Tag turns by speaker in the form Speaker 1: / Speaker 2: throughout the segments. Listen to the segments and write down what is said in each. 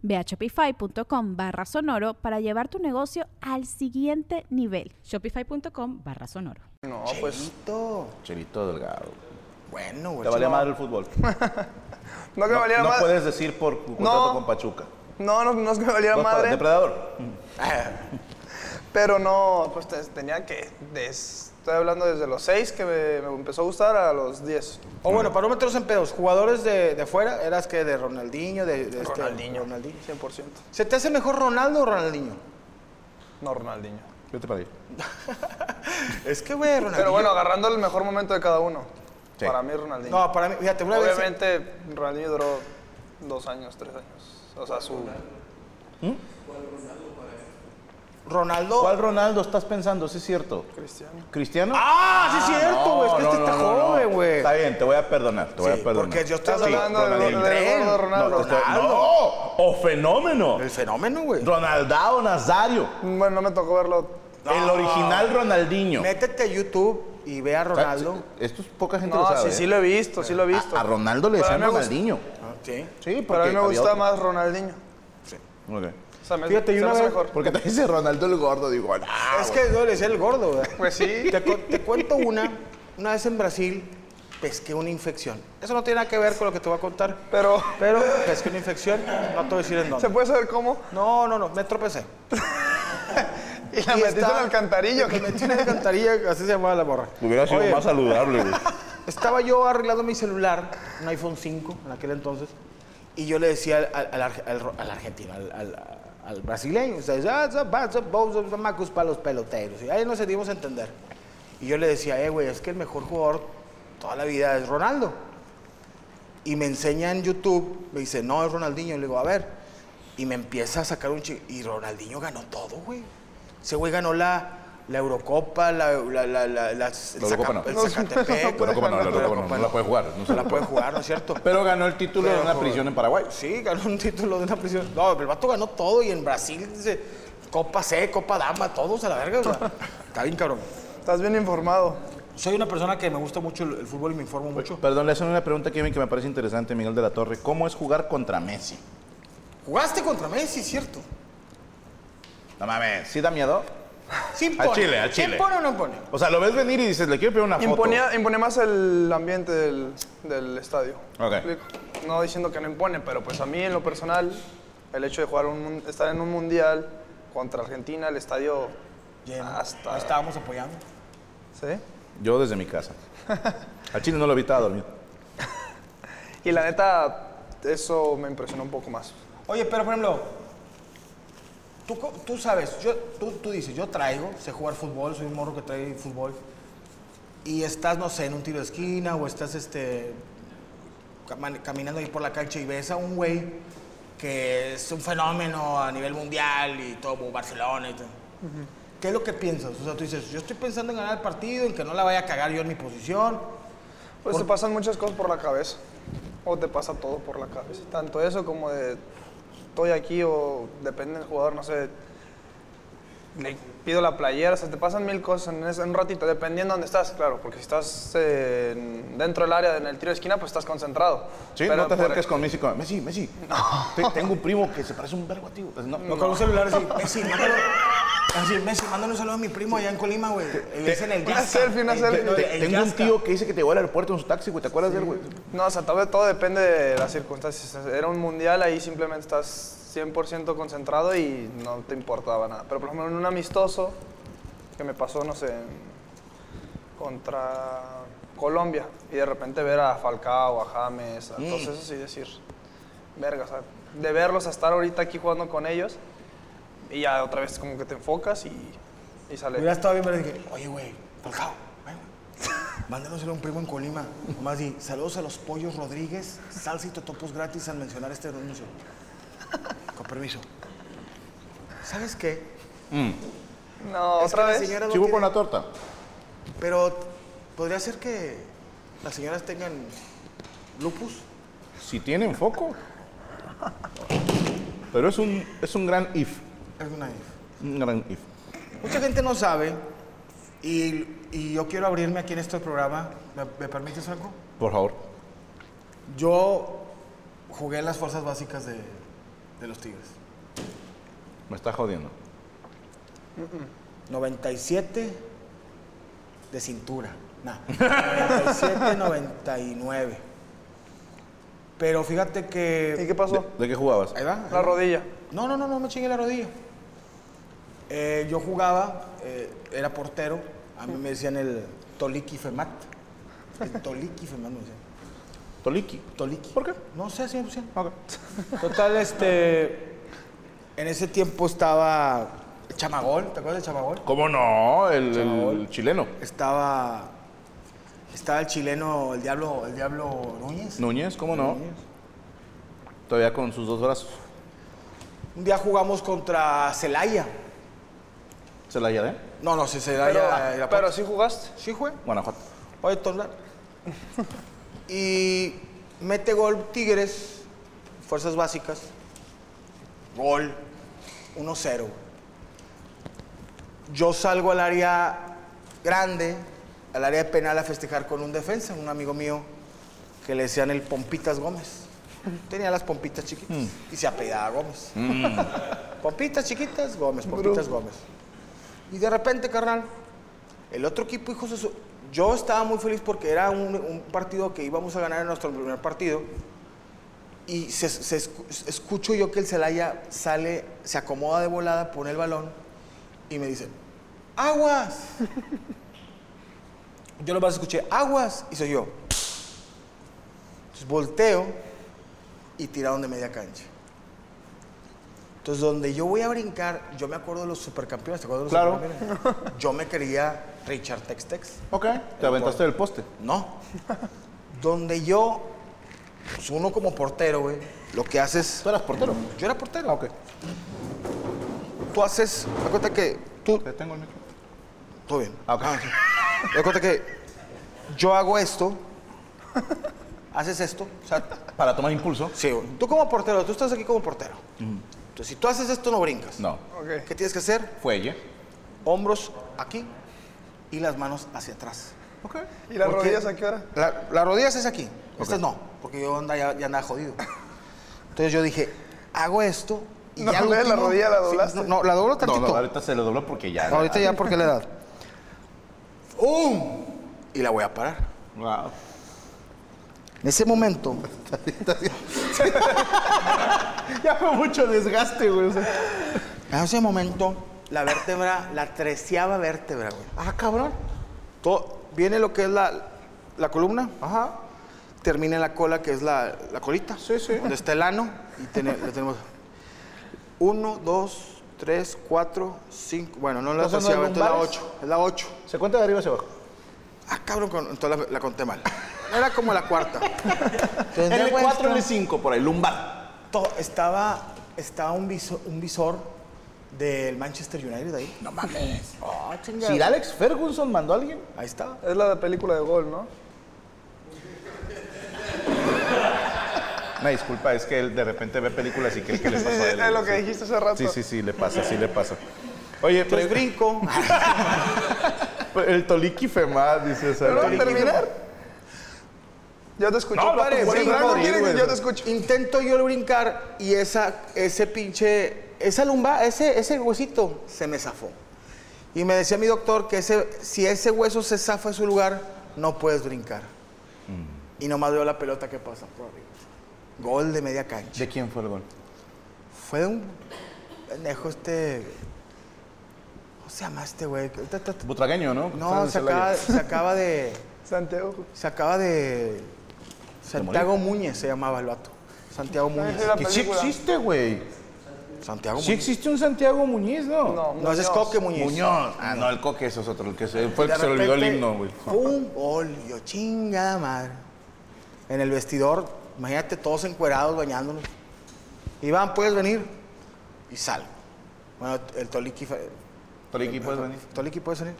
Speaker 1: Ve a shopify.com barra sonoro para llevar tu negocio al siguiente nivel.
Speaker 2: Shopify.com barra sonoro.
Speaker 3: No, pues.
Speaker 4: Chelito Delgado.
Speaker 3: Bueno, güey.
Speaker 4: Te valía
Speaker 3: no.
Speaker 4: madre el fútbol.
Speaker 3: No que
Speaker 4: No,
Speaker 3: valiera
Speaker 4: no
Speaker 3: madre.
Speaker 4: puedes decir por tu contrato
Speaker 3: No.
Speaker 4: con Pachuca.
Speaker 3: No, no, no es que me valiera
Speaker 4: Dos para-
Speaker 3: madre.
Speaker 4: Depredador.
Speaker 3: Pero no, pues te- tenía que. des- estoy hablando desde los 6 que me, me empezó a gustar a los 10.
Speaker 5: O Oh, bueno, para no meternos en pedos, jugadores de, de fuera, eras que de Ronaldinho, de, de este-
Speaker 3: Ronaldinho.
Speaker 5: Ronaldinho.
Speaker 3: 100%.
Speaker 5: ¿Se te hace mejor Ronaldo o Ronaldinho?
Speaker 3: No, Ronaldinho.
Speaker 4: Yo te pedí.
Speaker 5: Es que, güey, Ronaldinho.
Speaker 3: Pero bueno, agarrando el mejor momento de cada uno.
Speaker 4: Sí.
Speaker 3: Para mí, Ronaldinho.
Speaker 5: No, para mí, fíjate, una vez.
Speaker 3: Obviamente, Ronaldinho duró dos años, tres años. O sea, su.
Speaker 5: Ronaldo.
Speaker 4: ¿Cuál Ronaldo estás pensando? Sí, es cierto.
Speaker 3: Cristiano.
Speaker 4: ¿Cristiano?
Speaker 5: ¡Ah! Sí, es cierto, güey. es que
Speaker 4: No,
Speaker 5: este
Speaker 4: no,
Speaker 5: está
Speaker 4: no, no.
Speaker 5: joven, güey.
Speaker 4: Está bien, te voy a perdonar. Te voy a
Speaker 5: Sí,
Speaker 4: perdonar.
Speaker 5: porque yo
Speaker 3: Estás
Speaker 5: estaba
Speaker 3: hablando
Speaker 4: Sí,
Speaker 3: del- del
Speaker 4: Ronaldinho.
Speaker 3: gordo
Speaker 4: No,
Speaker 3: Ronaldo.
Speaker 4: te estoy- no, o fenómeno.
Speaker 5: El fenómeno, güey.
Speaker 4: Ronaldao Nazario.
Speaker 3: Bueno, no me tocó verlo.
Speaker 4: El original Ronaldinho.
Speaker 5: Métete a YouTube y ve a Ronaldo.
Speaker 4: Esto es poca gente
Speaker 3: No,
Speaker 4: lo sabe. ¿eh?
Speaker 3: sí, sí lo he visto, sí lo he
Speaker 4: A-
Speaker 3: visto.
Speaker 4: A, Ronaldo le
Speaker 3: Pero
Speaker 4: decían
Speaker 3: a mí me
Speaker 4: Ronaldinho.
Speaker 5: Ah, Sí.
Speaker 4: Sí, porque
Speaker 3: Pero a mí me
Speaker 4: había
Speaker 3: gusta
Speaker 4: otro.
Speaker 3: más Ronaldinho.
Speaker 4: Ok.
Speaker 3: O sea, me,
Speaker 5: Fíjate, y
Speaker 3: se me
Speaker 5: una
Speaker 3: hace
Speaker 5: vez-
Speaker 3: mejor.
Speaker 4: Porque te dice Ronaldo el gordo, digo, ah,
Speaker 5: es
Speaker 4: güey.
Speaker 5: que duele ser el gordo, güey.
Speaker 3: Pues sí.
Speaker 5: Te, cu- te cuento una. Una vez en Brasil pesqué una infección. Eso no tiene nada que ver con lo que te voy a contar.
Speaker 3: Pero,
Speaker 5: Pero pesqué una infección, no te voy a decir en dónde.
Speaker 3: ¿se puede saber cómo?
Speaker 5: No, no, no, me tropecé.
Speaker 3: Y la metiste en el alcantarillo.
Speaker 5: Me metí en el alcantarillo, así se llamaba la borra.
Speaker 4: Hubiera sido
Speaker 5: Oye.
Speaker 4: más saludable, güey.
Speaker 5: Estaba yo arreglando mi celular, un iPhone 5 en aquel entonces, y yo le decía al, al- al- al ro- al argentino, al, al- al brasileño, o sea, "Ah, za- va, za- vos sos chamacos para los peloteros, y ahí nos dimos a entender. Y yo le decía, eh, güey, es que el mejor jugador toda la vida es Ronaldo. Y me enseña en YouTube, me dice, no, es Ronaldinho, y le digo, a ver. Y me empieza a sacar un chico, y Ronaldinho ganó todo, güey. Ese güey ganó la... La Eurocopa, la... La, la, la, la- el
Speaker 4: Eurocopa no.
Speaker 5: Zaca- el Zacatepec,
Speaker 4: La Copa no, la Copa no, no la puede jugar. No
Speaker 5: se la puede jugar, ¿no es cierto?
Speaker 4: Pero ganó el título
Speaker 5: Pero
Speaker 4: de una
Speaker 5: joder.
Speaker 4: prisión en Paraguay.
Speaker 5: Sí, ganó un título de una prisión. No, el vato ganó todo y en Brasil, dice, Copa C, Copa Dama, todos a la verga. o sea, está bien cabrón.
Speaker 3: Estás bien informado.
Speaker 5: Soy una persona que me gusta mucho el, el fútbol y me informo mucho.
Speaker 4: Perdón, le hacen una pregunta a Kevin que me parece interesante, Miguel de la Torre. ¿Cómo es jugar contra Messi?
Speaker 5: Jugaste contra Messi, ¿cierto?
Speaker 4: No mames, ¿sí da miedo?
Speaker 5: Sí,
Speaker 4: Al
Speaker 5: impone.
Speaker 4: Chile, al Chile.
Speaker 5: ¿Impone o no impone?
Speaker 4: O sea, lo ves venir y dices, le quiero pedir una foto.
Speaker 3: Imponía, imponía más el ambiente del, del estadio.
Speaker 4: Ok.
Speaker 3: ¿Me explico? No diciendo que no impone, pero pues a mí en lo personal, el hecho de jugar un, mun- estar en un mundial contra Argentina, el estadio
Speaker 5: Lleno.
Speaker 3: hasta...
Speaker 5: Ahí estábamos apoyando.
Speaker 3: ¿Sí?
Speaker 4: Yo desde mi casa. Al chile no lo evitaba dormir.
Speaker 3: Y la neta, eso me impresionó un poco más.
Speaker 5: Oye, pero por ejemplo, tú, co- tú sabes, yo, tú, tú dices, yo traigo, sé jugar fútbol, soy un morro que trae fútbol, y estás, no sé, en un tiro de esquina o estás este, cama- caminando ahí por la cancha y ves a un güey que es un fenómeno a nivel mundial y todo, como Barcelona y todo. ¿Qué es lo que piensas? O sea, tú dices, yo estoy pensando en ganar el partido, en que no la vaya a cagar yo en mi posición.
Speaker 3: Pues te pasan muchas cosas por la cabeza. O te pasa todo por la cabeza. Tanto eso como de estoy aquí o depende del jugador, no sé. Le pido la playera, o sea, te pasan mil cosas en, ese- en un ratito, dependiendo de dónde estás, claro, porque si estás eh, en- dentro del área, en el tiro de esquina, pues estás concentrado.
Speaker 4: Sí,
Speaker 3: Pero
Speaker 4: no te
Speaker 3: por-
Speaker 4: acerques con Messi. Con... Messi, Messi. Te- Tengo un primo que se parece un vergo a ti. Pues No,
Speaker 5: No, con un celular así, Messi, mándalo. Así, Messi, mándale un saludo a mi primo allá en Colima, güey. Es en el
Speaker 3: Una
Speaker 5: Yasca.
Speaker 3: selfie, una
Speaker 5: El-
Speaker 3: selfie.
Speaker 5: el-
Speaker 4: Te-
Speaker 5: el
Speaker 4: Tengo un
Speaker 5: Yasca.
Speaker 4: tío que dice que te llevó al aeropuerto en su taxi, güey. ¿Te acuerdas de él, güey?
Speaker 3: No, o sea, todo, todo depende de las circunstancias. Era un mundial, ahí simplemente estás 100% concentrado y no te importaba nada. Pero por ejemplo, en un amistoso que me pasó, no sé, en- contra Colombia y de repente ver a Falcao, a James, a
Speaker 4: Mm.
Speaker 3: todos esos y decir, verga, o sea, de verlos a estar ahorita aquí jugando con ellos y ya otra vez como que te enfocas y, y sale.
Speaker 5: Hubiera estado bien, pero dije, oye, güey, Falcao, ven, güey. Mándanoselo a un primo en Colima. Nomás di, saludos a los pollos Rodríguez, salsa y totopos gratis al mencionar este anuncio. Con permiso. ¿Sabes qué?
Speaker 3: No,
Speaker 5: Es que
Speaker 3: otra
Speaker 5: la
Speaker 3: vez.
Speaker 5: señora no
Speaker 4: Chivo
Speaker 5: tiene-
Speaker 4: con la torta.
Speaker 5: Pero podría ser que las señoras tengan lupus.
Speaker 4: Si tienen foco. Pero es un, es un gran if.
Speaker 5: Alguna vez.
Speaker 4: Un gran if.
Speaker 5: Mucha gente no sabe y, y yo quiero abrirme aquí en este programa. ¿Me, me permites algo?
Speaker 4: Por favor.
Speaker 5: Yo jugué en las fuerzas básicas de, de los Tigres.
Speaker 4: Me está jodiendo.
Speaker 5: 97 de cintura. Nah, 97, 99. Pero fíjate
Speaker 3: ¿Y
Speaker 5: que...
Speaker 3: qué pasó?
Speaker 4: ¿De, de qué jugabas?
Speaker 5: Ahí va. ahí
Speaker 3: La
Speaker 5: va.
Speaker 3: rodilla.
Speaker 5: No, no, no, no me chingué la rodilla. Eh, yo jugaba, eh, era portero, a mí me decían el Toliki Femat. El Toliki Femat me decían.
Speaker 4: Toliki.
Speaker 5: Toliki.
Speaker 4: ¿Por qué?
Speaker 5: No sé, así me pusieron. Total, este. En ese tiempo estaba Chamagol, ¿te acuerdas de Chamagol?
Speaker 4: ¿Cómo no? El, el
Speaker 5: Chaval.
Speaker 4: chileno.
Speaker 5: Estaba. Estaba el chileno, el Diablo, el Diablo Núñez.
Speaker 4: Núñez, ¿cómo no?
Speaker 5: Núñez.
Speaker 4: Todavía con sus dos brazos.
Speaker 5: Un día jugamos contra Celaya.
Speaker 4: ¿Se la llevé?
Speaker 5: No, no, sí,
Speaker 3: Pero,
Speaker 5: Celaya. Irapuato.
Speaker 3: pero sí jugaste.
Speaker 5: sí, jugué.
Speaker 4: Guanajuato.
Speaker 5: Oye, Torla. Y mete gol Tigres, fuerzas básicas. Gol, 1-0. Yo salgo al área grande, al área de penal a festejar con un defensa, un amigo mío que le decían el Pompitas Gómez. Tenía las pompitas chiquitas y se apellidaba Gómez. Pompitas chiquitas, Gómez, pompitas Gómez. Y de repente, carnal, el otro equipo, hijos de su- Yo estaba muy feliz porque era un, un partido que íbamos a ganar en nuestro primer partido. Y se, se escu- escucho yo que el Celaya sale, se acomoda de volada, pone el balón y me dice, ¡Aguas! yo lo más escuché, ¡Aguas! Y soy yo. Entonces volteo y tiraron de media cancha. Entonces, donde yo voy a brincar, yo me acuerdo de los supercampeones, ¿te acuerdas de los
Speaker 4: Claro.
Speaker 5: supercampeones? Yo me quería Richard Tex-Tex.
Speaker 4: Ok. Te aventaste del poste.
Speaker 5: No. Donde yo, pues uno como portero, güey, lo que haces.
Speaker 4: Tú eras portero.
Speaker 5: Yo era portero.
Speaker 4: Ah, ok.
Speaker 5: Tú haces. Me cuenta que. Tú.
Speaker 4: Te tengo el micro.
Speaker 5: Todo bien.
Speaker 4: Ah, ok.
Speaker 5: Me cuenta que. Yo hago esto. Haces esto. O sea,
Speaker 4: Para tomar impulso.
Speaker 5: sí, güey. Tú como portero, tú estás aquí como portero. Entonces, si tú haces esto, no brincas.
Speaker 4: No.
Speaker 3: Ok.
Speaker 5: ¿Qué tienes que hacer?
Speaker 4: Fuelle.
Speaker 5: Hombros aquí y las manos hacia atrás.
Speaker 4: Ok.
Speaker 3: ¿Y las
Speaker 5: ¿Por qué?
Speaker 3: rodillas a qué hora?
Speaker 5: La, la rodilla es aquí.
Speaker 4: Ok.
Speaker 5: Estas no, porque yo anda, ya, ya andaba jodido. Entonces yo dije, hago esto y
Speaker 3: No,
Speaker 5: ya al
Speaker 3: güey, la
Speaker 5: último-
Speaker 3: rodilla la
Speaker 5: Sí,
Speaker 3: doblaste.
Speaker 5: no, no, la doblo
Speaker 4: No,
Speaker 5: tantito.
Speaker 4: no, ahorita se lo dobló porque ya.
Speaker 5: Ahorita ya porque la edad. ¡Um! Y la voy a parar.
Speaker 4: Wow.
Speaker 5: En ese momento,
Speaker 4: Ya fue mucho desgaste, güey.
Speaker 5: en ese momento, la vértebra, la treceava vértebra, güey.
Speaker 4: Ah, cabrón.
Speaker 5: Todo, viene lo que es la, la columna. Ajá. Termina en la cola, que es la, la colita. Sí, sí. Donde está el ano. Y tiene- le tenemos. Uno, dos, tres, cuatro, cinco. Bueno, no la
Speaker 4: ¿No son
Speaker 5: asociaba,
Speaker 4: los
Speaker 5: entonces la
Speaker 4: lumbares?
Speaker 5: ocho. Es la ocho.
Speaker 4: Se cuenta de arriba hacia abajo.
Speaker 5: Ah, cabrón, con- entonces la, la conté mal. Era como la cuarta. Entonces, ya, güey,
Speaker 4: L4,
Speaker 5: está-
Speaker 4: L5, por ahí, lumbar.
Speaker 5: to- estaba, estaba un, visor, un visor del Manchester United ahí.
Speaker 4: No mames.
Speaker 5: Ah, chingada.
Speaker 4: Si Alex Ferguson mandó a alguien.
Speaker 5: Ahí estaba.
Speaker 3: Es la de película de gol, ¿no?
Speaker 4: Me disculpa, es que él de repente ve películas y cree que le
Speaker 3: Sí,
Speaker 4: pasa
Speaker 3: sí,
Speaker 4: a él.
Speaker 3: es lo
Speaker 4: güey,
Speaker 3: que
Speaker 4: sí.
Speaker 3: dijiste hace rato.
Speaker 4: Sí, sí, sí, le pasa, sí le pasa. Oye, pero
Speaker 5: Entonces brinco.
Speaker 4: el Toliki Femá, dice esa.
Speaker 3: ¿Pero no
Speaker 4: güey.
Speaker 3: vas a terminar? Yo te escucho.
Speaker 4: No, no,
Speaker 3: Pare,
Speaker 4: tú
Speaker 3: güey,
Speaker 4: puedes
Speaker 3: no, no
Speaker 4: morir,
Speaker 3: quieren que
Speaker 4: güey.
Speaker 3: yo te escucho.
Speaker 5: Intento yo brincar y esa, ese pinche, esa lumba, ese, ese huesito se me zafó. Y me decía mi doctor que ese, si ese hueso se zafa de su lugar, no puedes brincar.
Speaker 4: Mm.
Speaker 5: Y nomás veo la pelota que pasa por arriba. Gol de media cancha.
Speaker 4: ¿De quién fue el gol?
Speaker 5: Fue de un pendejo este... ¿Cómo ¿Cómo se llama este güey? Ta- ta- ta-
Speaker 4: Butragueño, ¿no?
Speaker 5: No, se acaba, se acaba de.
Speaker 3: Santiago.
Speaker 5: Se acaba de. Santiago Muñez se llamaba el vato. Santiago Muñez.
Speaker 3: la
Speaker 4: Que sí
Speaker 3: película.
Speaker 4: existe, güey.
Speaker 5: Santiago
Speaker 4: Sí
Speaker 5: Muñez.
Speaker 4: existe un Santiago Muñiz, ¿no?
Speaker 3: No,
Speaker 5: No, ese es
Speaker 3: Muñoz.
Speaker 5: Coque Muñiz.
Speaker 4: Muñoz. Ah, no, el coque eso es otro. El que se, fue el
Speaker 5: De
Speaker 4: que se le olvidó el
Speaker 5: repente,
Speaker 4: himno, güey.
Speaker 5: ¡Pum! Gol. Y Yo, chingada madre. En el vestidor, imagínate todos encuerados bañándonos. Iván, ¿puedes venir? Y salgo. Bueno, el Toliqui. fue-
Speaker 4: Toliqui, ¿puedes venir?
Speaker 5: Toliqui, ¿puedes venir?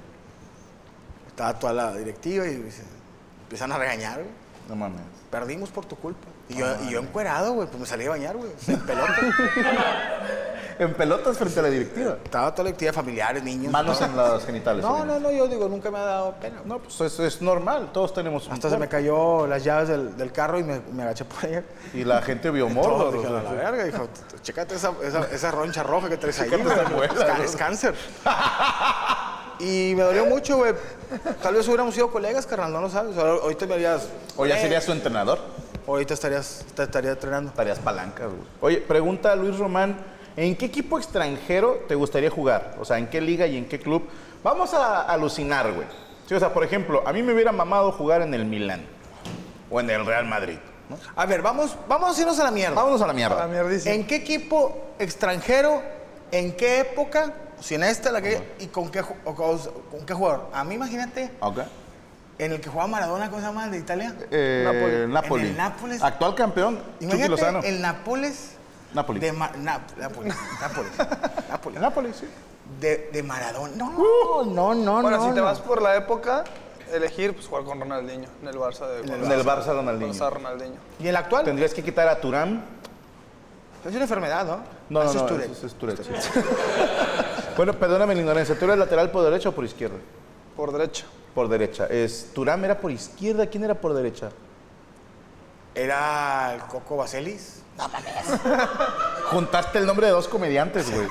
Speaker 5: Estaba toda la directiva y dice, empiezan a regañar, güey.
Speaker 4: No mames.
Speaker 5: Perdimos por tu culpa. Y yo, y yo encuerado, güey, pues me salí a bañar, güey. En pelota.
Speaker 4: En pelotas frente a la directiva.
Speaker 5: Estaba toda la actividad familiares, niños.
Speaker 4: Manos
Speaker 5: todo.
Speaker 4: en los genitales.
Speaker 5: No, no,
Speaker 4: obviamente.
Speaker 5: no, yo digo, nunca me ha dado pena.
Speaker 4: No, pues es, es normal. Todos tenemos un
Speaker 5: Hasta se me
Speaker 4: cuerpo.
Speaker 5: cayó las llaves del, del carro y me, me agaché por ella.
Speaker 4: Y la gente vio
Speaker 5: Todo,
Speaker 4: morbo.
Speaker 5: dije, a la verga, dijo, chécate esa, esa, esa roncha roja que traes ahí.
Speaker 4: Chécate
Speaker 5: güey.
Speaker 4: esa muela,
Speaker 5: es, ca-
Speaker 4: ¿no?
Speaker 5: es cáncer. y me dolió mucho, güey. Tal vez hubiéramos sido colegas, carnal, no lo sabes. Ahor- Ahorita me harías...
Speaker 4: O ya
Speaker 5: eh,
Speaker 4: sería su entrenador.
Speaker 5: Ahorita estarías, te estaría entrenando.
Speaker 4: Tareas palancas, güey. Oye, pregunta a Luis Román, ¿en qué equipo extranjero te gustaría jugar? O sea, ¿en qué liga y en qué club? Vamos a alucinar, güey. Sí, o sea, por ejemplo, a mí me hubiera mamado jugar en el Milán o en el Real Madrid. ¿no?
Speaker 5: A ver, vamos, vamos a irnos a la mierda.
Speaker 4: Vámonos a la mierda.
Speaker 3: La mierdísima.
Speaker 5: ¿En qué equipo extranjero, en qué época, si en esta, la que, y con qué, ju- o con- con qué jugador? A mí imagínate,
Speaker 4: Ok.
Speaker 5: en el que jugaba Maradona, ¿cómo se llama? el de Italia.
Speaker 4: Eh,
Speaker 3: Napoli.
Speaker 4: Napoli.
Speaker 5: En el Nápoles.
Speaker 4: Actual campeón, Chucky Lozano.
Speaker 5: Imagínate, el Nápoles.
Speaker 4: Napoli.
Speaker 5: De Ma- Na- Nápoles, Nápoles,
Speaker 4: El
Speaker 5: Nápoles.
Speaker 4: Napoli, sí.
Speaker 5: De, de Maradona. No, no, no,
Speaker 3: Ahora,
Speaker 5: no.
Speaker 3: si te
Speaker 5: no.
Speaker 3: vas por la época, elegir, pues jugar con Ronaldinho, en el Barça de
Speaker 4: En el Barça Ronaldinho.
Speaker 3: Barça Ronaldinho.
Speaker 5: ¿Y el actual?
Speaker 4: Tendrías que quitar a Turán.
Speaker 5: Es una enfermedad, ¿no?
Speaker 4: No, no,
Speaker 5: Ah, eso
Speaker 4: no,
Speaker 5: es Tourette.
Speaker 4: eso es Turek, sí. bueno, perdóname la ignorancia. ¿Tú eres lateral por derecha o por izquierda?
Speaker 3: Por derecha.
Speaker 4: Por derecha. Es, Turam era por izquierda. ¿Quién era por derecha?
Speaker 5: Era el Coco Baselis.
Speaker 4: Juntaste el nombre de dos comediantes, güey.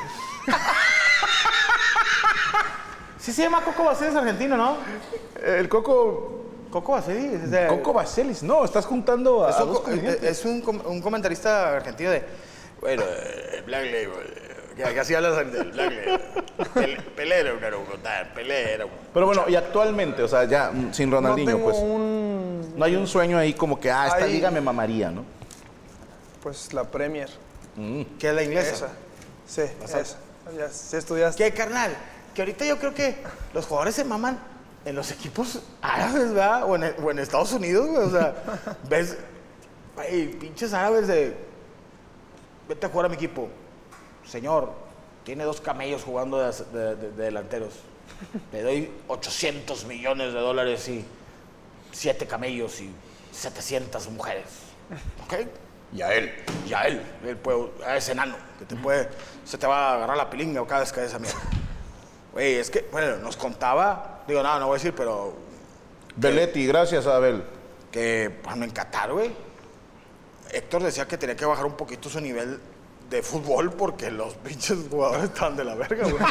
Speaker 5: Sí se llama Coco Baselis argentino, ¿no?
Speaker 4: El Coco.
Speaker 5: Coco Baselis. es de-
Speaker 4: Coco Baselis. No, estás juntando a,
Speaker 5: Es
Speaker 4: a
Speaker 5: un,
Speaker 4: dos
Speaker 5: co- eh,
Speaker 4: comediantes.
Speaker 5: es un com- un comentarista argentino de. Bueno, eh, el Black Label. eh, Que, que así hablas del Black Label. Pel- Pelé era un orangután, Pelé era un.
Speaker 4: Pero bueno, y actualmente, o sea, ya mm, sin Ronaldinho,
Speaker 3: no tengo
Speaker 4: pues.
Speaker 3: un.
Speaker 4: No hay un sueño ahí como que, ah, esta
Speaker 3: Hay-
Speaker 4: liga me mamaría, ¿no?
Speaker 3: Pues la Premier.
Speaker 5: Que es la inglesa.
Speaker 3: Esa. Sí, esa. Ya, si estudiaste.
Speaker 5: ¿Qué, carnal? Que ahorita yo creo que los jugadores se maman en los equipos árabes, ¿verdad? O en, o en Estados Unidos, güey. O sea, ves, güey, pinches árabes de. Vete a jugar a mi equipo. Señor, tiene dos camellos jugando de, as- de- de- de delanteros. Le doy 800 millones de dólares y siete camellos y 700 mujeres. ¿Ok?
Speaker 4: Y a él.
Speaker 5: Y a él, él puede, a ese enano, que te puede, se te va a agarrar la pilinga cada vez que esa mierda. Güey, es que, bueno, nos contaba, digo, no, no voy a decir, pero
Speaker 4: Beletti, gracias, Abel.
Speaker 5: que, por ejemplo, en Qatar, güey, Héctor decía que tenía que bajar un poquito su nivel de fútbol porque los pinches jugadores estaban de la verga, güey.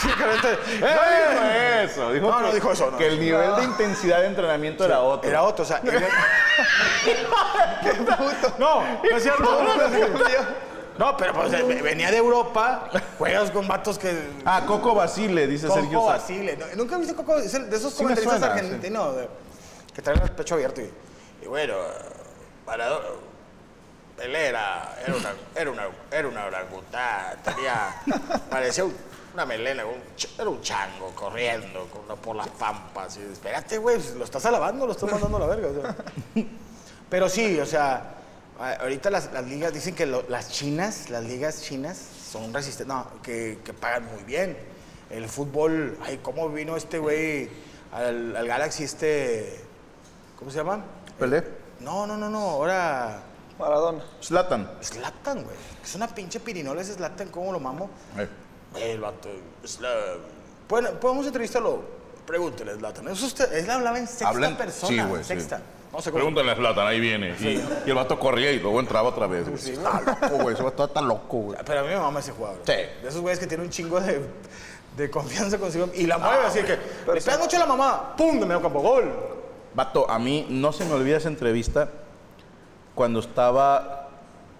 Speaker 5: Simplemente,
Speaker 4: No
Speaker 5: ¡eh!
Speaker 4: dijo eso. Dijo
Speaker 5: No, no
Speaker 4: que-
Speaker 5: dijo eso, no.
Speaker 4: que el nivel de intensidad de entrenamiento era otro.
Speaker 5: Era otro, o sea, él-
Speaker 4: No, no es cierto.
Speaker 5: no, pero pues eh, venía de Europa, juegas con vatos que
Speaker 4: Ah, Coco Basile, dice Sergio
Speaker 5: Coco
Speaker 4: Sá.
Speaker 5: Basile. No, Nunca viste Coco Es el- de esos
Speaker 4: Sí me
Speaker 5: comentaristas
Speaker 4: suena,
Speaker 5: argentinos de- que traen el pecho abierto. Y, y bueno, Maradona. Pelé era, era, una, era, una, era una orangután, tenía, parecía un- una melena, un ch- era un chango corriendo con una- por las pampas. Y, Espérate, güey, pues, lo estás alabando, lo estás mandando a la verga. o sea. Pero sí, o sea, a- ahorita las, las ligas dicen que lo- las chinas, las ligas chinas son resistentes, no, que, que pagan muy bien. El fútbol, ay, ¿cómo vino este güey al, al Galaxy este, ¿cómo se llama?
Speaker 4: Pelé.
Speaker 5: No, no, no, no, ahora
Speaker 3: Maradona.
Speaker 4: Zlatan.
Speaker 5: Slatan, güey. Es una pinche pirinola ese Slatan, ¿cómo lo mamo?
Speaker 4: Eh.
Speaker 5: Güey, El vato, Zlatan. Bueno, podemos entrevistarlo. Pregúntele, Slatan. Es usted, él hablaba en sexta
Speaker 4: Hablan-
Speaker 5: persona.
Speaker 4: sí, güey, sí.
Speaker 5: Sexta. No sé cómo.
Speaker 4: Pregúntale a Zlatan, ahí viene. Y, y el vato corría y luego entraba otra vez. güey. Está loco, güey. Ese vato está loco, güey.
Speaker 5: Pero a mí me mama ese jugador.
Speaker 4: Sí.
Speaker 5: De esos güeyes que tienen un chingo de, de confianza consigo. Y la
Speaker 4: Ah,
Speaker 5: mueve así que. Le pega mucho a la mamá. ¡Pum! De medio campo. ¡Gol!
Speaker 4: Vato, a mí no se me olvida esa entrevista cuando estaba,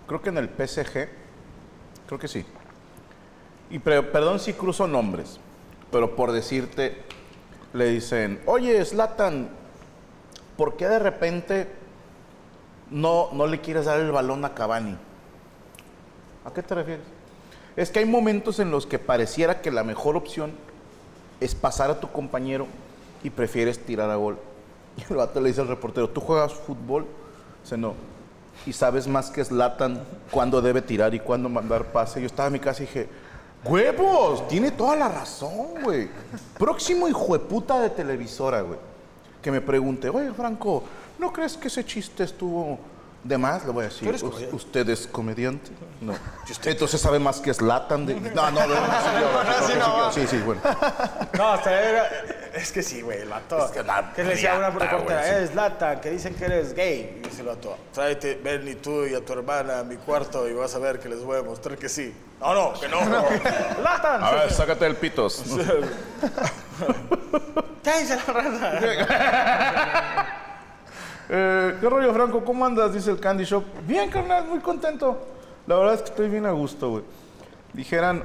Speaker 4: creo que en el PSG, creo que sí. Y pre- perdón si cruzo nombres, Pero por decirte, le dicen, oye, Slatan, ¿por qué de repente no, no le quieres dar el balón a Cavani? ¿A qué te refieres? Es que hay momentos en los que pareciera que la mejor opción es pasar a tu compañero y prefieres tirar a gol. Y el vato le dice al reportero, ¿tú juegas fútbol? Dice, no. Y sabes más que Slatan cuándo debe tirar y cuándo mandar pase. Yo estaba en mi casa y dije, ¡huevos! Tiene toda la razón, güey. Próximo hijo de puta de televisora, güey. Que me pregunte, oye, Franco, ¿no crees que ese chiste estuvo de más? Le voy a decir,
Speaker 5: eres
Speaker 4: "Us-
Speaker 5: comediante?"
Speaker 4: ¿usted es comediante? No. Entonces sabe más que Slatan de... No, no, no. no, sí, yo, yo,
Speaker 5: sí,
Speaker 4: yo,
Speaker 5: no,
Speaker 4: yo,
Speaker 5: va.
Speaker 4: Sí, sí, bueno.
Speaker 5: No, hasta era. Es que sí, güey, el vato.
Speaker 4: Es que la
Speaker 5: le decía a una
Speaker 4: riata,
Speaker 5: reportera?
Speaker 4: güey, sí.
Speaker 5: Eres lata, que dicen que eres gay. Y dice el vato, tráete, ven y tú y a tu hermana a mi cuarto y vas a ver que les voy a mostrar que sí. No, no, que no. ¡Latan!
Speaker 4: A ver, sácate el pitos.
Speaker 5: ¡Cállense la rata!
Speaker 4: Eh, ¿Qué rollo, Franco? ¿Cómo andas? Dice el Candy Shop. Bien, carnal, muy contento. La verdad es que estoy bien a gusto, güey. Dijeran,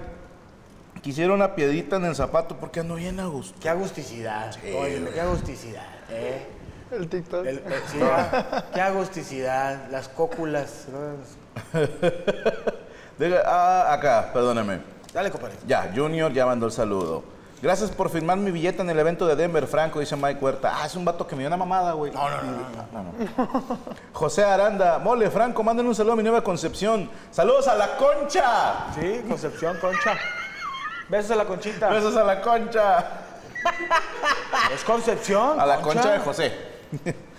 Speaker 4: quisiera una piedrita en el zapato porque ando bien a gusto.
Speaker 5: ¡Qué agusticidad! Oye, qué agusticidad, ¿eh?
Speaker 3: El TikTok.
Speaker 5: El- el- sí, ¿verdad? ¡Qué agusticidad! Las cóculas. ¿no?
Speaker 4: Diga, ah, acá, perdóname.
Speaker 5: Dale, compadre.
Speaker 4: Ya, Junior ya mandó el saludo. Gracias por firmar mi billete en el evento de Denver, Franco, dice Mike Huerta. Ah, es un vato que me dio una mamada, güey. No, no, no. José Aranda, mole, Franco, manden un saludo a mi nueva concepción. ¡Saludos a la concha!
Speaker 5: Sí, Concepción, concha. Besos a la conchita.
Speaker 4: ¡Besos a la concha!
Speaker 5: ¿Es Concepción?
Speaker 4: A la concha de José.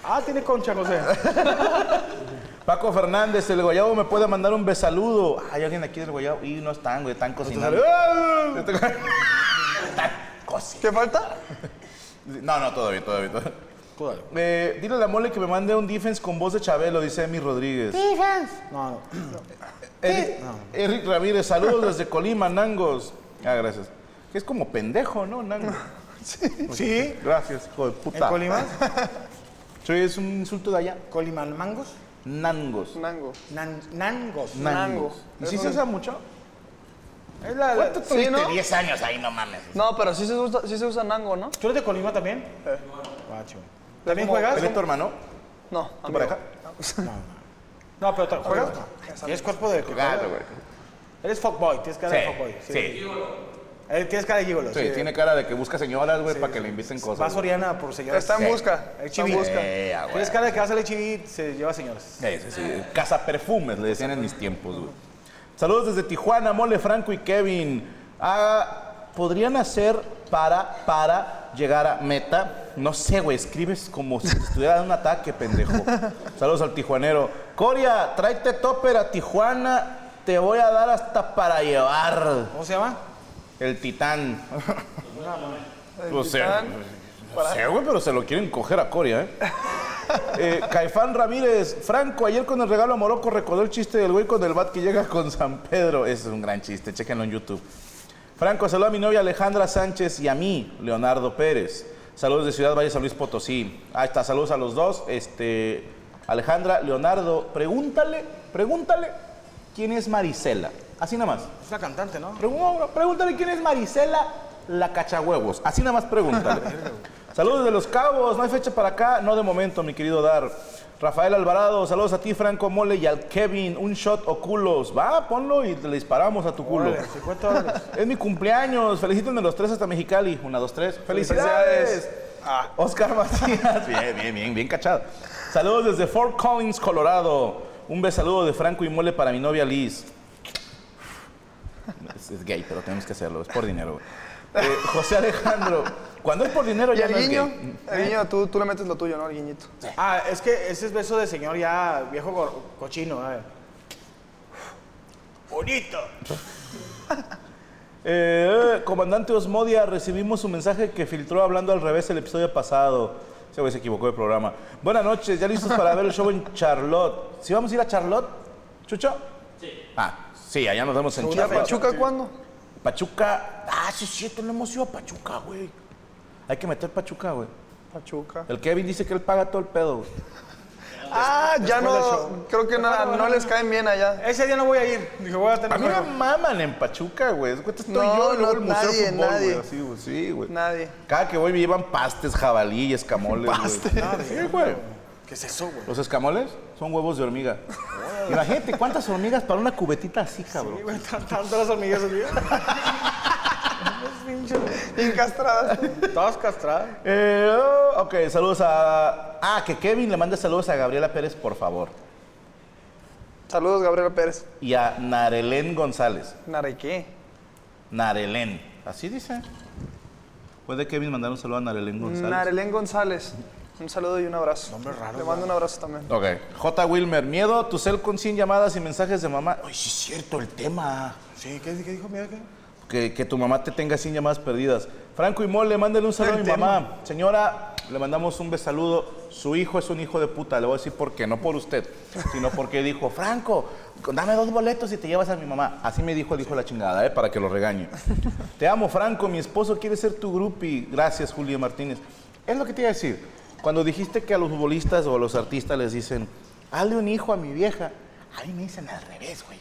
Speaker 5: Ah, tiene concha, José.
Speaker 4: Paco Fernández, el Guayabo me puede mandar un besaludo. Hay alguien aquí del Guayabo. Y no están, güey, están cocinando. "Ah".
Speaker 3: ¿Qué falta?
Speaker 4: No, no, todavía, todavía. todavía.
Speaker 5: Tú dale.
Speaker 4: Eh, dile a la mole que me mande un defense con voz de Chabelo, dice Emi Rodríguez.
Speaker 5: No, no.
Speaker 4: Eric, Eric Ramírez, saludos desde Colima, Nangos. Ah, gracias. Que es como pendejo, ¿no, Nangos?
Speaker 5: ¿Sí?
Speaker 4: Gracias, hijo de
Speaker 5: ¿En
Speaker 4: puta.
Speaker 5: Colima?
Speaker 4: Sí, es un insulto de allá.
Speaker 5: ¿Coliman mangos?
Speaker 4: Nangos.
Speaker 3: Nango.
Speaker 5: Nan- nangos.
Speaker 4: Nangos. ¿Y si se usa mucho?
Speaker 5: Es la-
Speaker 3: ¿Cuánto
Speaker 5: la-
Speaker 3: tuviste?
Speaker 5: ¿no?
Speaker 4: 10 años ahí, no mames.
Speaker 3: No, pero sí se usa, sí se usa Nango, ¿no?
Speaker 5: ¿Tú eres de Colima también?
Speaker 4: Eh.
Speaker 5: Guacho. ¿También
Speaker 3: como-
Speaker 5: juegas?
Speaker 4: ¿Eres tu hermano?
Speaker 3: No,
Speaker 4: ¿Tu
Speaker 3: amigo.
Speaker 4: pareja?
Speaker 5: No, pero ¿te- ¿juegas? Tienes cuerpo de...
Speaker 4: Claro, güey.
Speaker 5: Eres fuckboy, tienes cara de fuckboy.
Speaker 4: Sí,
Speaker 5: sí. Eh, Tienes cara de gigolo.
Speaker 4: Sí, tiene cara de que busca señoras, güey, para que le inviten cosas.
Speaker 5: Vas Oriana por señoras.
Speaker 3: Está en busca.
Speaker 5: El
Speaker 3: Está
Speaker 5: chibi.
Speaker 3: en busca.
Speaker 4: Eh, ah, güey.
Speaker 5: Tienes cara de que vas al HIV se lleva señoras.
Speaker 4: Eh, Sí, sí, sí. Casa perfumes, le decían en mis tiempos, güey. Saludos desde Tijuana, Mole, Franco y Kevin. Ah, ¿Podrían hacer para, para llegar a meta? No sé, güey, escribes como si te estuviera dando un ataque, pendejo. Saludos al tijuanero. Coria, tráete topper a Tijuana, te voy a dar hasta para llevar.
Speaker 5: ¿Cómo se llama?
Speaker 4: El titán.
Speaker 3: El
Speaker 4: O sea,
Speaker 3: Titán.
Speaker 4: no sé, güey, pero Pues, se lo quieren coger a Coria, ¿eh? Eh, Caifán Ramírez, Franco, ayer con el regalo a Morocco recordó el chiste del güey con el bat que llega con San Pedro. Ese es un gran chiste, chéquenlo en YouTube. Franco, saluda a mi novia Alejandra Sánchez y a mí, Leonardo Pérez. Saludos de Ciudad Valle San Luis Potosí. Ahí está, saludos a los dos. Este, Alejandra, Leonardo, pregúntale, pregúntale quién es Marisela. Así nada más.
Speaker 5: Es la cantante, ¿no?
Speaker 4: Pregú- Pregúntale quién es Marisela la cachahuevos. Así nada más pregúntale. saludos de los cabos, no hay fecha para acá, no de momento, mi querido Dar. Rafael Alvarado, saludos a ti, Franco Mole, y al Kevin, un shot o culos. Va, ponlo y le disparamos a tu culo.
Speaker 5: Órale, 50 dólares.
Speaker 4: Es mi cumpleaños, felicítenme los tres hasta Mexicali. Una, dos, tres. ¡Felicidades!
Speaker 3: Felicidades. Ah.
Speaker 4: Oscar Macías, bien, bien, bien, bien cachado. Saludos desde Fort Collins, Colorado. Un besaludo de Franco y Mole para mi novia Liz. Es, es gay, pero tenemos que hacerlo, es por dinero. güey. Eh, José Alejandro, cuando es por dinero
Speaker 3: ¿Y
Speaker 4: ya
Speaker 3: el
Speaker 4: no es
Speaker 3: guiño?
Speaker 4: gay.
Speaker 3: El guiño, tú, tú le metes lo tuyo, ¿no? El guiñito.
Speaker 5: Ah, es que ese es beso de señor ya viejo go- cochino. A ver. Bonito.
Speaker 4: Eh, eh, comandante Osmodia, recibimos su mensaje que filtró hablando al revés el episodio pasado. Ese güey se equivocó de programa. Buenas noches, ¿ya listos para ver el show en Charlotte? ¿Sí vamos a ir a Charlotte, Chucho? Sí. Ah, sí, allá nos vemos en
Speaker 3: ¿Ya
Speaker 4: Charlotte.
Speaker 3: Pachuca cuándo?
Speaker 4: Pachuca. Ah, sí, es cierto, no hemos ido a Pachuca, güey. Hay que meter Pachuca, güey.
Speaker 3: Pachuca.
Speaker 4: El Kevin dice que él paga todo el pedo, güey.
Speaker 3: Ah, ya
Speaker 5: después del show.
Speaker 3: no. Creo que nada, no les caen bien allá.
Speaker 5: Ese día no voy a ir. Dijo, voy a tener
Speaker 4: A mí me
Speaker 5: juego.
Speaker 4: maman en Pachuca, güey. Cuenta, estoy
Speaker 3: No,
Speaker 4: yo y luego
Speaker 3: no,
Speaker 4: el Museo
Speaker 3: nadie,
Speaker 4: de Fútbol,
Speaker 3: nadie.
Speaker 4: güey. Así, güey. Sí, güey.
Speaker 3: Nadie.
Speaker 4: Cada que voy me llevan pastes, jabalí y escamoles, güey. Ah, Sí, güey.
Speaker 5: ¿Qué es eso, güey?
Speaker 4: Los escamoles son huevos de hormiga. Imagínate cuántas hormigas para una cubetita así, cabrón.
Speaker 5: Güey, tan- Tanto las hormigas así. Unos pinches-
Speaker 3: Incastradas.
Speaker 5: Todas castradas.
Speaker 4: Eh, oh, ok, saludos a... Ah, que Kevin le mande saludos a Gabriela Pérez, por favor.
Speaker 3: Saludos, Gabriela Pérez.
Speaker 4: Y a Narelén González.
Speaker 3: Narequé.
Speaker 4: Narelén. Así dice. ¿Puede Kevin mandar un saludo a Narelén González?
Speaker 3: Narelén González. Un saludo y un abrazo.
Speaker 5: Nombre raro,
Speaker 3: Le mando un abrazo también.
Speaker 4: Ok. J. Wilmer, miedo, tu cel con 100 llamadas y mensajes de mamá.
Speaker 5: Ay, sí es cierto el tema. Sí, ¿qué, qué dijo mira, qué?
Speaker 4: Que, que tu mamá te tenga 100 llamadas perdidas. Franco y Mole, mándale un saludo a mi mamá. Señora, le mandamos un besaludo. Su hijo es un hijo de puta. Le voy a decir por qué, no por usted, sino porque dijo, Franco, dame dos boletos y te llevas a mi mamá. Así me dijo el hijo de la chingada, ¿eh? para que lo regañe. te amo, Franco, mi esposo quiere ser tu groupie. Gracias, Julio Martínez. Es lo que te iba a decir. Cuando dijiste que a los futbolistas o a los artistas les dicen, hazle un hijo a mi vieja, a mí me dicen al revés, güey.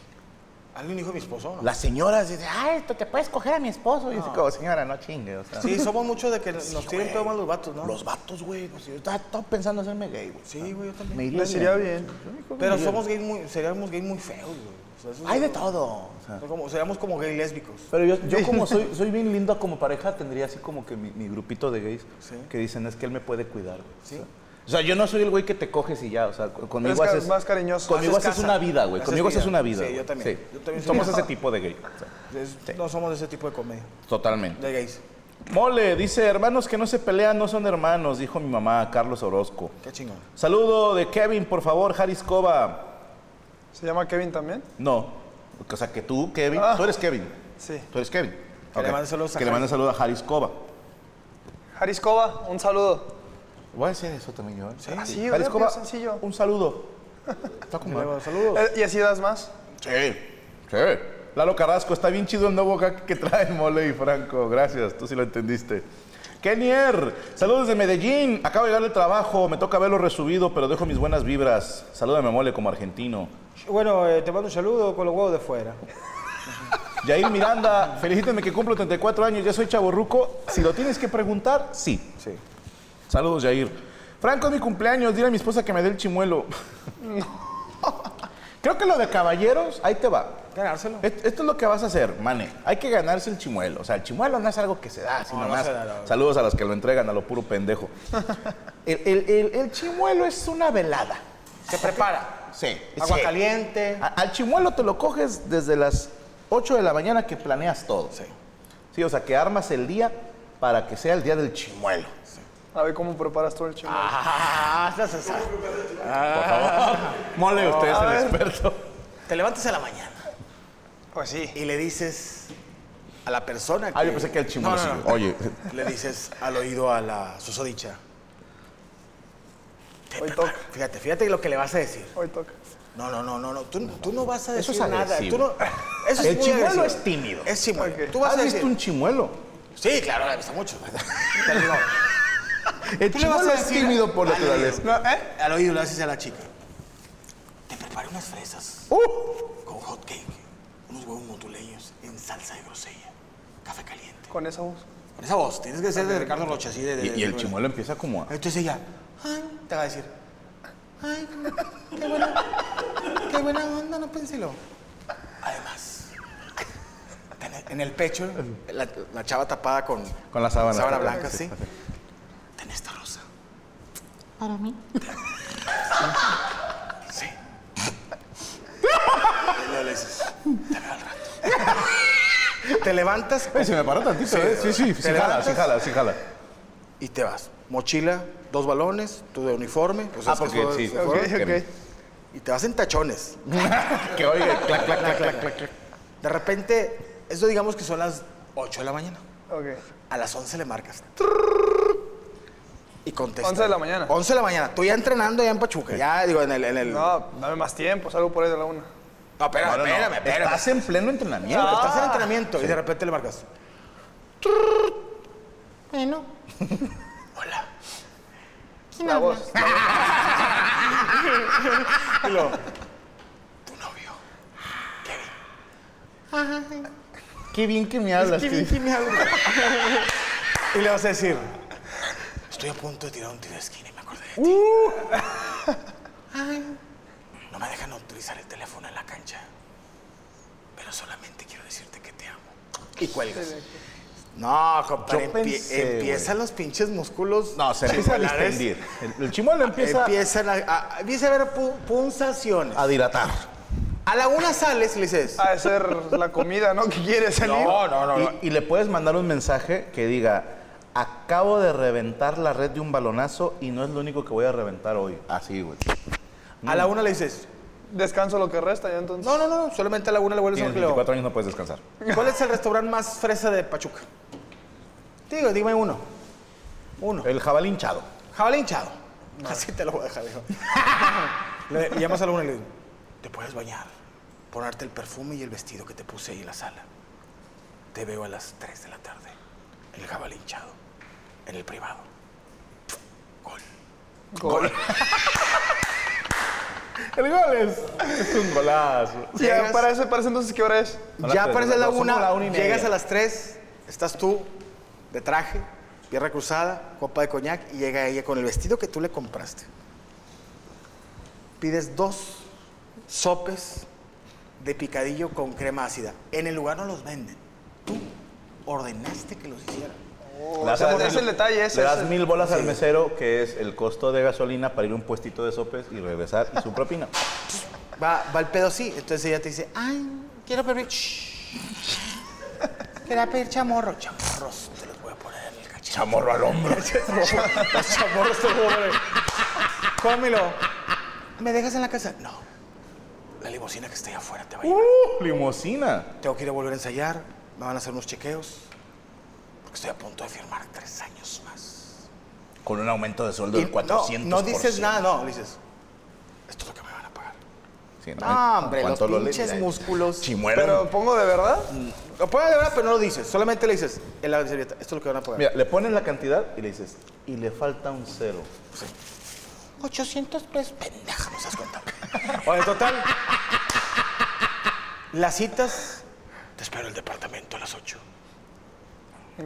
Speaker 5: ¿Alguien dijo mi esposo? No?
Speaker 4: Las señoras dicen, ah, esto te puedes coger a mi esposo. Y yo así como, señora, no chingue, o sea.
Speaker 5: Sí, somos muchos de que nos tienen
Speaker 4: güey.
Speaker 5: pedo más los vatos, ¿no?
Speaker 4: Los vatos, güey. pues, yo estaba, estaba pensando hacerme gay, güey.
Speaker 5: Sí, güey, yo también. Pues
Speaker 4: Me iría
Speaker 3: Les iría bien.
Speaker 5: Pero somos gays muy, seríamos gays muy feos, güey. O sea, eso-
Speaker 4: Hay de todo. o sea.
Speaker 5: no como- seríamos como gay lésbicos.
Speaker 4: Pero yo, yo como soy, soy bien lindo como pareja, tendría así como que mi, mi grupito de gays que dicen, es que él me puede cuidar, güey.
Speaker 5: Sí.
Speaker 4: O sea, o sea, yo no soy el güey que te coges y ya, o sea, con- conmigo
Speaker 3: ca-
Speaker 4: haces...
Speaker 3: más cariñoso.
Speaker 4: Conmigo
Speaker 5: Haces
Speaker 4: haces,
Speaker 5: casa.
Speaker 4: una vida, güey.
Speaker 5: Haces
Speaker 4: Conmigo
Speaker 5: vida.
Speaker 4: haces una vida.
Speaker 5: Sí, yo
Speaker 4: güey.
Speaker 5: también.
Speaker 4: Sí.
Speaker 5: Yo también soy-
Speaker 4: Somos ese tipo de gay. o sea,
Speaker 5: Es- No somos de ese tipo de comedia.
Speaker 4: totalmente.
Speaker 5: De gays.
Speaker 4: Mole, dice, hermanos que no se pelean no son hermanos, dijo mi mamá, Carlos Orozco.
Speaker 5: Qué chingón.
Speaker 4: Saludo de Kevin, por favor, Haris Cova.
Speaker 3: ¿Se llama Kevin también?
Speaker 4: No, o sea, que tú, Kevin,
Speaker 3: Ah.
Speaker 4: tú eres Kevin.
Speaker 3: Sí.
Speaker 4: Tú eres Kevin.
Speaker 5: Que le
Speaker 4: Ok.
Speaker 5: mande saludos a
Speaker 4: Que le
Speaker 5: Haris.
Speaker 4: mande saludos a Haris Cova.
Speaker 3: Jariscova, un saludo.
Speaker 4: Voy a hacer eso también yo. ¿eh? Sí,
Speaker 3: Ah, sí,
Speaker 4: Haris
Speaker 3: ¿verdad?
Speaker 4: Cova,
Speaker 3: Pero sencillo.
Speaker 4: un saludo. Está como...
Speaker 5: Le mando saludos.
Speaker 3: Eh, ¿Y así das más?
Speaker 4: Sí, sí. Lalo Carrasco, está bien chido el nuevo gag que trae Mole y Franco. Gracias, tú sí lo entendiste. Kenier, saludos de Medellín. Acabo de llegar del trabajo, me toca verlo resubido, pero dejo mis buenas vibras. Salúdame, Mole, como argentino.
Speaker 5: Bueno, eh, te mando un saludo con los huevos de fuera.
Speaker 4: Jair Miranda, felicítame que cumplo 34 años, ya soy chaborruco. Si lo tienes que preguntar, sí.
Speaker 5: Sí.
Speaker 4: Saludos, Jair. Franco, es mi cumpleaños, dile a mi esposa que me dé el chimuelo. Creo que lo de caballeros, ahí te va.
Speaker 5: Ganárselo.
Speaker 4: Et- Esto es lo que vas a hacer, mane. Hay que ganarse el chimuelo. O sea, el chimuelo no es algo que se da, sino
Speaker 5: No, no
Speaker 4: más.
Speaker 5: se da, no.
Speaker 4: Saludos a los que lo entregan, a lo puro pendejo. El, el- el- el chimuelo es una velada.
Speaker 5: Se prepara.
Speaker 4: Sí.
Speaker 5: Agua
Speaker 4: sí.
Speaker 5: caliente.
Speaker 4: A- al chimuelo te lo coges desde las 8 de la mañana que planeas todo.
Speaker 5: Sí.
Speaker 4: Sí, o sea, que armas el día para que sea el día del chimuelo.
Speaker 3: A ver cómo preparas tú el chimón.
Speaker 5: Ah, estás- estás-
Speaker 4: Mole, usted es
Speaker 3: a
Speaker 4: el
Speaker 3: ver.
Speaker 4: experto.
Speaker 5: Te levantas a la mañana
Speaker 3: Pues sí.
Speaker 5: y le dices a la persona que...
Speaker 4: Ah, yo pensé que el chimuelo.
Speaker 5: No, no,
Speaker 4: sí.
Speaker 5: no.
Speaker 4: Oye,
Speaker 5: Le dices al oído a la susodicha. Te
Speaker 3: Hoy
Speaker 5: preparo.
Speaker 3: toca.
Speaker 5: Fíjate, fíjate lo que le vas a decir.
Speaker 3: Hoy toca.
Speaker 5: No, no, no, no, no. Tú, tú no vas a
Speaker 4: Eso
Speaker 5: decir
Speaker 4: es
Speaker 5: nada.
Speaker 4: agresivo.
Speaker 5: Tú no- eso es
Speaker 4: El
Speaker 5: muy
Speaker 4: chimuelo
Speaker 5: agresivo.
Speaker 4: es tímido.
Speaker 5: Es chimuelo.
Speaker 3: Ok.
Speaker 5: Tú vas
Speaker 4: ¿has
Speaker 5: a
Speaker 4: visto
Speaker 5: decir.
Speaker 4: un chimuelo?
Speaker 5: Sí, claro, la he visto mucho. Te digo,
Speaker 4: El
Speaker 5: tú le vas
Speaker 4: chimuelo
Speaker 5: a
Speaker 4: es
Speaker 5: decir
Speaker 4: tímido por
Speaker 5: al
Speaker 4: naturaleza.
Speaker 5: oído. Al oído le haces a la chica. Te preparo unas fresas
Speaker 4: ¡Uh!
Speaker 5: con hot cake, unos huevos motuleños en salsa de grosella, café caliente.
Speaker 3: Con esa voz.
Speaker 5: Con esa voz, tienes que ser de Ricardo Rocha, así de. de-
Speaker 4: Y, y el
Speaker 5: de-
Speaker 4: chimuelo empieza como a...
Speaker 5: Entonces ella, ay, te va a decir, ay, qué buena, qué buena onda, no penselo. Además, en el- en el pecho, la, la chava tapada con,
Speaker 4: Con la sábana.
Speaker 5: blanca,
Speaker 4: Sí,
Speaker 5: sí. Ten esta rosa.
Speaker 6: Para mí.
Speaker 5: Sí. Y luego le dices, te veo al rato. Te levantas
Speaker 4: Ey, se me paró tantito,
Speaker 5: Sí,
Speaker 4: ¿eh? Sí, sí, sí,
Speaker 5: ¿te
Speaker 4: jala,
Speaker 5: levantas?
Speaker 4: sí jala, sí jala.
Speaker 5: y te vas. Mochila, dos balones, tu de uniforme. pues,
Speaker 4: Ah,
Speaker 5: es que
Speaker 4: porque
Speaker 5: fue-
Speaker 4: sí.
Speaker 5: fue- fue-
Speaker 4: que-
Speaker 5: Y te vas en tachones.
Speaker 4: Que oye, clac, clac, clac, clac, clac. clac.
Speaker 5: De repente, eso digamos que son las 8 de la mañana.
Speaker 3: Ok.
Speaker 5: A las 11 le marcas. Y contesta.
Speaker 3: 11 de la mañana.
Speaker 5: 11 de la mañana. Tú ya entrenando ya en Pachuca. Ya, digo, en el... En el... No,
Speaker 3: No, dame más tiempo, salgo por ahí de la una.
Speaker 5: espérame,
Speaker 4: No, no, no.
Speaker 5: espérame, espérame.
Speaker 4: Estás en pleno entrenamiento.
Speaker 5: Estás en entrenamiento y de repente le marcas.
Speaker 6: Bueno.
Speaker 5: Hola.
Speaker 6: ¿Quién
Speaker 3: La
Speaker 6: habla?
Speaker 3: voz.
Speaker 4: Y lo, qué bien que me hablas. Kevin".
Speaker 5: Y le vas a decir,
Speaker 7: Estoy a punto de tirar un tiro de esquina y me acordé. de ti.
Speaker 4: Uh.
Speaker 7: No me dejan utilizar el teléfono en la cancha. Pero solamente quiero decirte que te amo.
Speaker 5: y cuelgas. No, compadre,
Speaker 4: Yo
Speaker 5: empie-
Speaker 4: pensé, güey.
Speaker 5: empiezan los pinches músculos.
Speaker 4: No, se empieza a
Speaker 5: chimolares,
Speaker 4: distendir. El, el chimuelo empieza,
Speaker 5: Empiezan a, a- empieza a haber pu- punzaciones.
Speaker 4: a dilatar.
Speaker 5: A la una sales y le dices,
Speaker 3: A hacer Ah, la comida, ¿no? Que quiere salir.
Speaker 5: no, no, no.
Speaker 4: Y, y le puedes mandar un mensaje que diga, acabo de reventar la red de un balonazo y no es lo único que voy a reventar hoy. Así, güey.
Speaker 5: a la una le dices,
Speaker 3: Descanso lo que resta ya entonces.
Speaker 5: no, no, no, no, solamente a la una le vuelves a
Speaker 4: Tienes
Speaker 5: decir,
Speaker 4: 24 años, no puedes descansar.
Speaker 5: ¿Cuál es el restaurante más fresa de Pachuca? Digo, dime uno. Uno.
Speaker 4: El jabalí hinchado.
Speaker 5: Jabalí hinchado. Así te lo voy a dejar, digo. le le llamas a la una y le dices,
Speaker 7: Te puedes bañar, ponerte el perfume y el vestido que te puse ahí en la sala. Te veo a las 3 de la tarde, en el jabalí hinchado, en el privado. Gol.
Speaker 3: Gol.
Speaker 4: El gol es, es un golazo.
Speaker 3: Ya, para ese, para ese entonces, ¿qué hora es?
Speaker 4: A las
Speaker 5: Ya
Speaker 4: tres,
Speaker 5: aparece la
Speaker 4: no, somos
Speaker 5: una,
Speaker 4: la una y media.
Speaker 5: llegas a las tres, estás tú de traje, pierna cruzada, copa de coñac y llega ella con el vestido que tú le compraste. Pides dos sopes de picadillo con crema ácida. En el lugar no los venden. Tú ordenaste que los hicieran.
Speaker 4: Le das
Speaker 3: O sea,
Speaker 4: amor-
Speaker 3: es el detalle, ese
Speaker 4: Le
Speaker 3: es
Speaker 4: das
Speaker 3: el-
Speaker 4: mil bolas al mesero, que es el costo de gasolina para ir a un puestito de sopes y regresar y su propina.
Speaker 5: Va, va el pedo así, entonces ella te dice, ay, quiero pedir... shh. Quiero pedir chamorro. Chamorros te los voy a poner en el cachete.
Speaker 4: Chamorro al hombro.
Speaker 5: Los chamorros te pobre. Cómelo. ¿Me dejas en la casa? No.
Speaker 7: La limusina que está ahí afuera te va a llevar.
Speaker 4: ¡Uh! Limosina.
Speaker 5: Tengo que ir a volver a ensayar. Me van a hacer unos chequeos.
Speaker 7: Porque estoy a punto de firmar tres años más.
Speaker 4: Con un aumento de sueldo
Speaker 5: Y
Speaker 4: del 400%.
Speaker 5: No, no dices nada, no. le Dices,
Speaker 7: Esto es lo que me van a pagar.
Speaker 4: Sí,
Speaker 5: no, hombre, los
Speaker 4: ¿Cuánto lo le-
Speaker 5: pinches músculos.
Speaker 4: Chimuelo.
Speaker 3: Pero pongo de verdad.
Speaker 5: Lo puedes de verdad, pero no lo dices. Solamente le dices, en la servilleta, esto es lo que van a pagar.
Speaker 4: Mira, le pones la cantidad y le dices, y le falta un cero.
Speaker 7: 800 pesos. Pendeja, no seas contable.
Speaker 5: Oye, en total, las citas,
Speaker 7: Te espero en el departamento a las 8.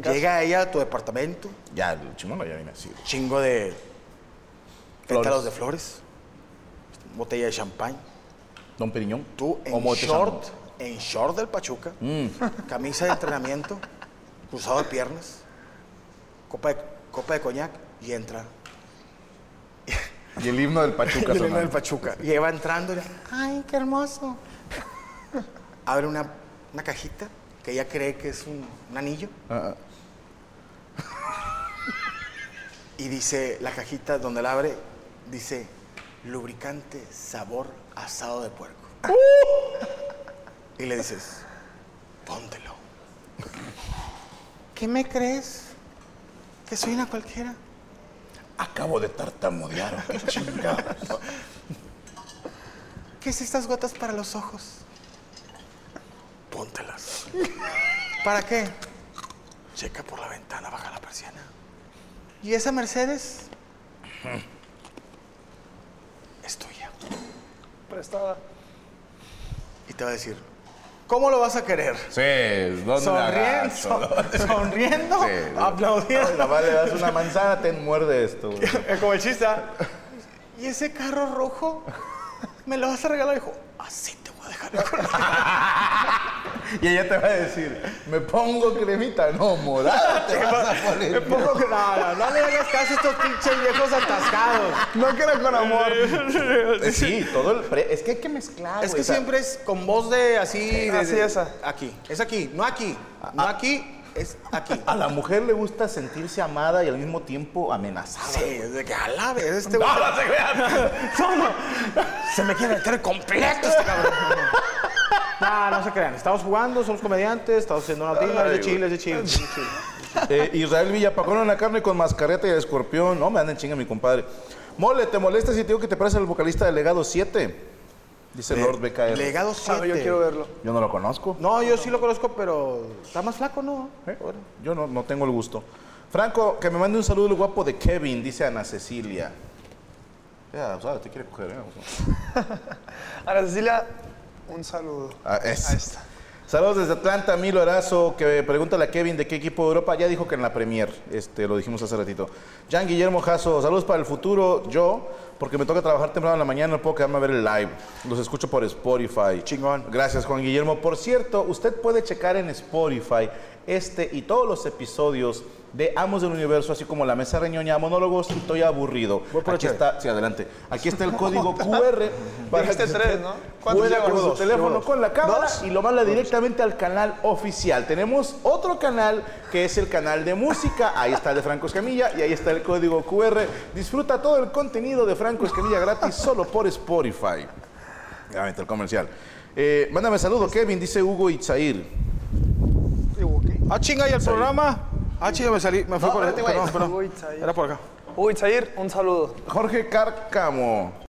Speaker 5: llega ella a tu departamento,
Speaker 4: Ya, el chimuelo ya viene así. güey.
Speaker 5: chingo de pétalos
Speaker 4: Flores.
Speaker 5: de flores, botella de champán.
Speaker 4: Don Periñón.
Speaker 5: Tú en
Speaker 4: Omote
Speaker 5: short,
Speaker 4: Zambo.
Speaker 5: en short del Pachuca, camisa de entrenamiento, cruzado de piernas, copa de, copa de coñac y entra.
Speaker 4: Y el himno del Pachuca.
Speaker 5: el himno
Speaker 4: sonando.
Speaker 5: del Pachuca. Y ahí va entrando y le- ¡ay, qué hermoso! Abre una, una cajita que ella cree que es un, un anillo.
Speaker 4: Ah, ah.
Speaker 5: Y dice, la cajita donde la abre, dice, lubricante sabor asado de puerco.
Speaker 4: ¡Uh!
Speaker 5: Y le dices, póntelo. ¿Qué me crees? ¿Que soy una cualquiera?
Speaker 4: Acabo de tartamudear. Qué chingada.
Speaker 5: ¿Qué es estas gotas para los ojos?
Speaker 7: Póntelas.
Speaker 5: ¿Para qué?
Speaker 7: Checa por la ventana, baja la persiana.
Speaker 5: ¿Y esa Mercedes?
Speaker 7: Es tuya.
Speaker 3: Prestada.
Speaker 5: Y te va a decir, ¿cómo lo vas a querer?
Speaker 4: Sí, es donde
Speaker 5: Sonriendo, sonriendo, aplaudiendo.
Speaker 4: Nada le das una manzana, te muerde esto. güey.
Speaker 5: Es como el chiste. ¿ah? ¿Y ese carro rojo? ¿Me lo vas a regalar? Dijo, así te voy a dejar.
Speaker 4: Y ella te va a decir, me pongo cremita, no, morada te vas a
Speaker 5: Me
Speaker 4: poner.
Speaker 5: pongo que no, no, no le hagas caso a estos pinches viejos atascados.
Speaker 3: No que era con amor.
Speaker 4: Eh, Sí, todo el pre- Es que hay que mezclar,
Speaker 5: es
Speaker 4: güey,
Speaker 5: que
Speaker 4: o sea,
Speaker 5: siempre es con voz de así. de-
Speaker 3: así ah.
Speaker 5: de-
Speaker 3: esa.
Speaker 5: Aquí, es aquí, no aquí. No
Speaker 3: ah.
Speaker 5: aquí, es aquí.
Speaker 4: A la mujer le gusta sentirse amada y al mismo tiempo amenazada.
Speaker 7: Sí, es de que a la vez este
Speaker 5: No,
Speaker 7: güey-
Speaker 5: no se crean.
Speaker 7: Se me quiere meter completo este cabrón.
Speaker 5: No, no se crean. Estamos jugando, somos comediantes, estamos haciendo
Speaker 3: Ah,
Speaker 5: una tira, es de chile, es de chile. es de chile.
Speaker 4: Eh, Israel Villapacón en la carne con mascareta y el escorpión. No, me andan chinga mi compadre. Mole, ¿te molesta si te digo que te parece el vocalista de Legado 7? Dice Lord BKR.
Speaker 5: Legado
Speaker 3: Ah,
Speaker 5: 7.
Speaker 3: yo quiero verlo.
Speaker 4: Yo no lo conozco.
Speaker 5: No, yo sí lo conozco, pero está más flaco, ¿no?
Speaker 4: ¿Eh? Yo no, no tengo el gusto. Franco, que me mande un saludo el guapo de Kevin, dice Ana Cecilia. Ya, sabes, te quiere coger, ¿eh?
Speaker 3: Ana Cecilia, un saludo.
Speaker 4: Ah, es.
Speaker 3: Ahí está.
Speaker 4: Saludos desde Atlanta, Milo Arazo, que pregúntale a Kevin de qué equipo de Europa. Ya dijo que en la Premier, este, lo dijimos hace ratito. Jean Guillermo Jasso, saludos para el futuro, yo, porque me toca trabajar temprano en la mañana, no puedo quedarme a ver el live. Los escucho por Spotify.
Speaker 5: Chingón.
Speaker 4: Gracias, Juan Guillermo. Por cierto, usted puede checar en Spotify este y todos los episodios de Amos del Universo, así como La Mesa Reñoña, Monólogos y Estoy Aburrido.
Speaker 5: Voy por
Speaker 4: Aquí
Speaker 5: el
Speaker 4: está, sí, adelante. Aquí está el código QR
Speaker 3: Dijiste tres,
Speaker 4: que usted
Speaker 3: ¿no? ¿Cuántos Ah,
Speaker 4: pueda
Speaker 3: llevan?
Speaker 4: con su
Speaker 3: Dos,
Speaker 4: teléfono
Speaker 3: dos.
Speaker 4: con la cámara
Speaker 3: Dos.
Speaker 4: y lo manda directamente al canal oficial. Tenemos otro canal que es el canal de música. Ahí está el de Franco Escamilla y ahí está el código QR. Disfruta todo el contenido de Franco Escamilla gratis solo por Spotify. Ya vente el comercial. Eh, mándame saludo, Kevin, dice Hugo Itzair.
Speaker 3: Hugo, ¿qué?
Speaker 5: Ah, chinga, ¿y el programa? Ah, chinga, me salí, me fui
Speaker 3: No,
Speaker 5: por el...
Speaker 3: espérate, güey.
Speaker 5: Perdón, perdón.
Speaker 3: Uy, Zahir.
Speaker 5: Era por acá.
Speaker 3: Uy, Zahir, un saludo.
Speaker 4: Jorge Cárcamo.